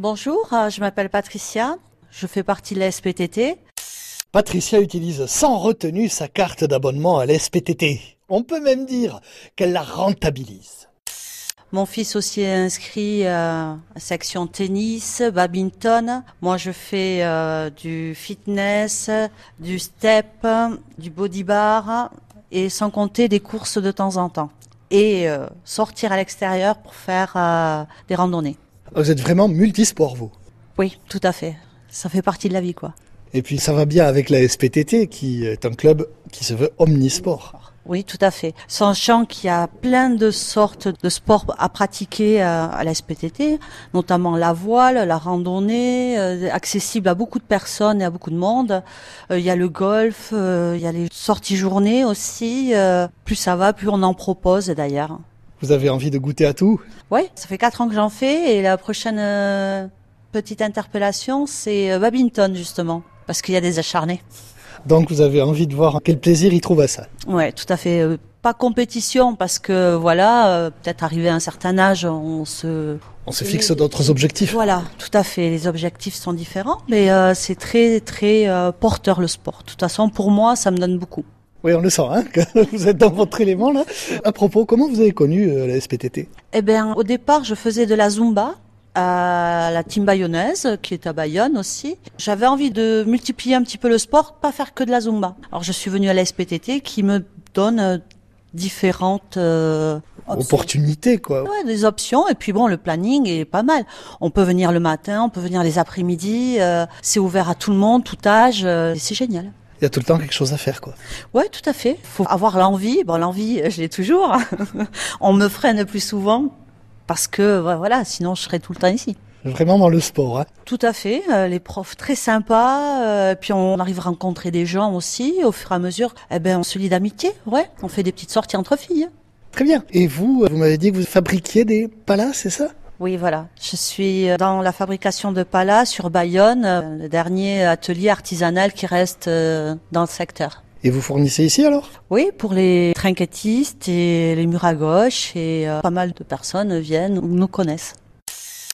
Bonjour, euh, je m'appelle Patricia, je fais partie de la SPTT. Patricia utilise sans retenue sa carte d'abonnement à l'SPTT. On peut même dire qu'elle la rentabilise. Mon fils aussi est inscrit euh, à section tennis, badminton. Moi, je fais euh, du fitness, du step, du body bar et sans compter des courses de temps en temps. Et euh, sortir à l'extérieur pour faire euh, des randonnées. Ah, Vous êtes vraiment multisport, vous. Oui, tout à fait. Ça fait partie de la vie, quoi. Et puis ça va bien avec la SPTT, qui est un club qui se veut omnisport. Oui, tout à fait. Sachant qu'il y a plein de sortes de sports à pratiquer euh, à la SPTT, notamment la voile, la randonnée, euh, accessible à beaucoup de personnes et à beaucoup de monde. Euh, il y a le golf, euh, il y a les sorties journées aussi. euh, plus ça va, plus on en propose d'ailleurs. Vous avez envie de goûter à tout Oui, ça fait quatre ans que j'en fais et la prochaine euh, petite interpellation, c'est euh, badminton justement, parce qu'il y a des acharnés. Donc vous avez envie de voir quel plaisir il trouve à ça. Ouais, tout à fait. Euh, Pas compétition parce que voilà, euh, peut-être arrivé à un certain âge, on se On se fixe d'autres objectifs. voilà, tout à fait. Les objectifs sont différents, mais euh, c'est très très euh, porteur le sport. De toute façon, pour moi, ça me donne beaucoup. Oui, on le sent, hein, que vous êtes dans votre élément là. À propos, comment vous avez connu euh, la SPTT Eh bien, au départ, je faisais de la zumba à la team bayonnaise, qui est à Bayonne aussi. J'avais envie de multiplier un petit peu le sport, pas faire que de la zumba. Alors, je suis venue à la SPTT qui me donne euh, différentes euh, options. Opportunité, quoi. Ouais, des options. Et puis bon, le planning est pas mal. On peut venir le matin, on peut venir les après-midi. euh, c'est ouvert à tout le monde, tout âge. euh, et c'est génial. Il y a tout le temps quelque chose à faire, quoi. Ouais, tout à fait. Faut avoir l'envie. Bon, l'envie, euh, je l'ai toujours. on me freine plus souvent parce que ouais, voilà, sinon je serais tout le temps ici. Vraiment dans le sport. Hein. Tout à fait. euh, les profs très sympas. euh, puis on arrive à rencontrer des gens aussi au fur et à mesure. Eh ben, on se lie d'amitié. Ouais, on fait des petites sorties entre filles. Très bien. Et vous, euh, vous m'avez dit que vous fabriquiez des palas, c'est ça Oui, voilà. Je suis euh, dans la fabrication de palas sur Bayonne, euh, le dernier atelier artisanal qui reste euh, dans le secteur. Et vous fournissez ici alors Oui, pour les trinquettistes et les murs à gauche, et euh, pas mal de personnes viennent ou nous connaissent.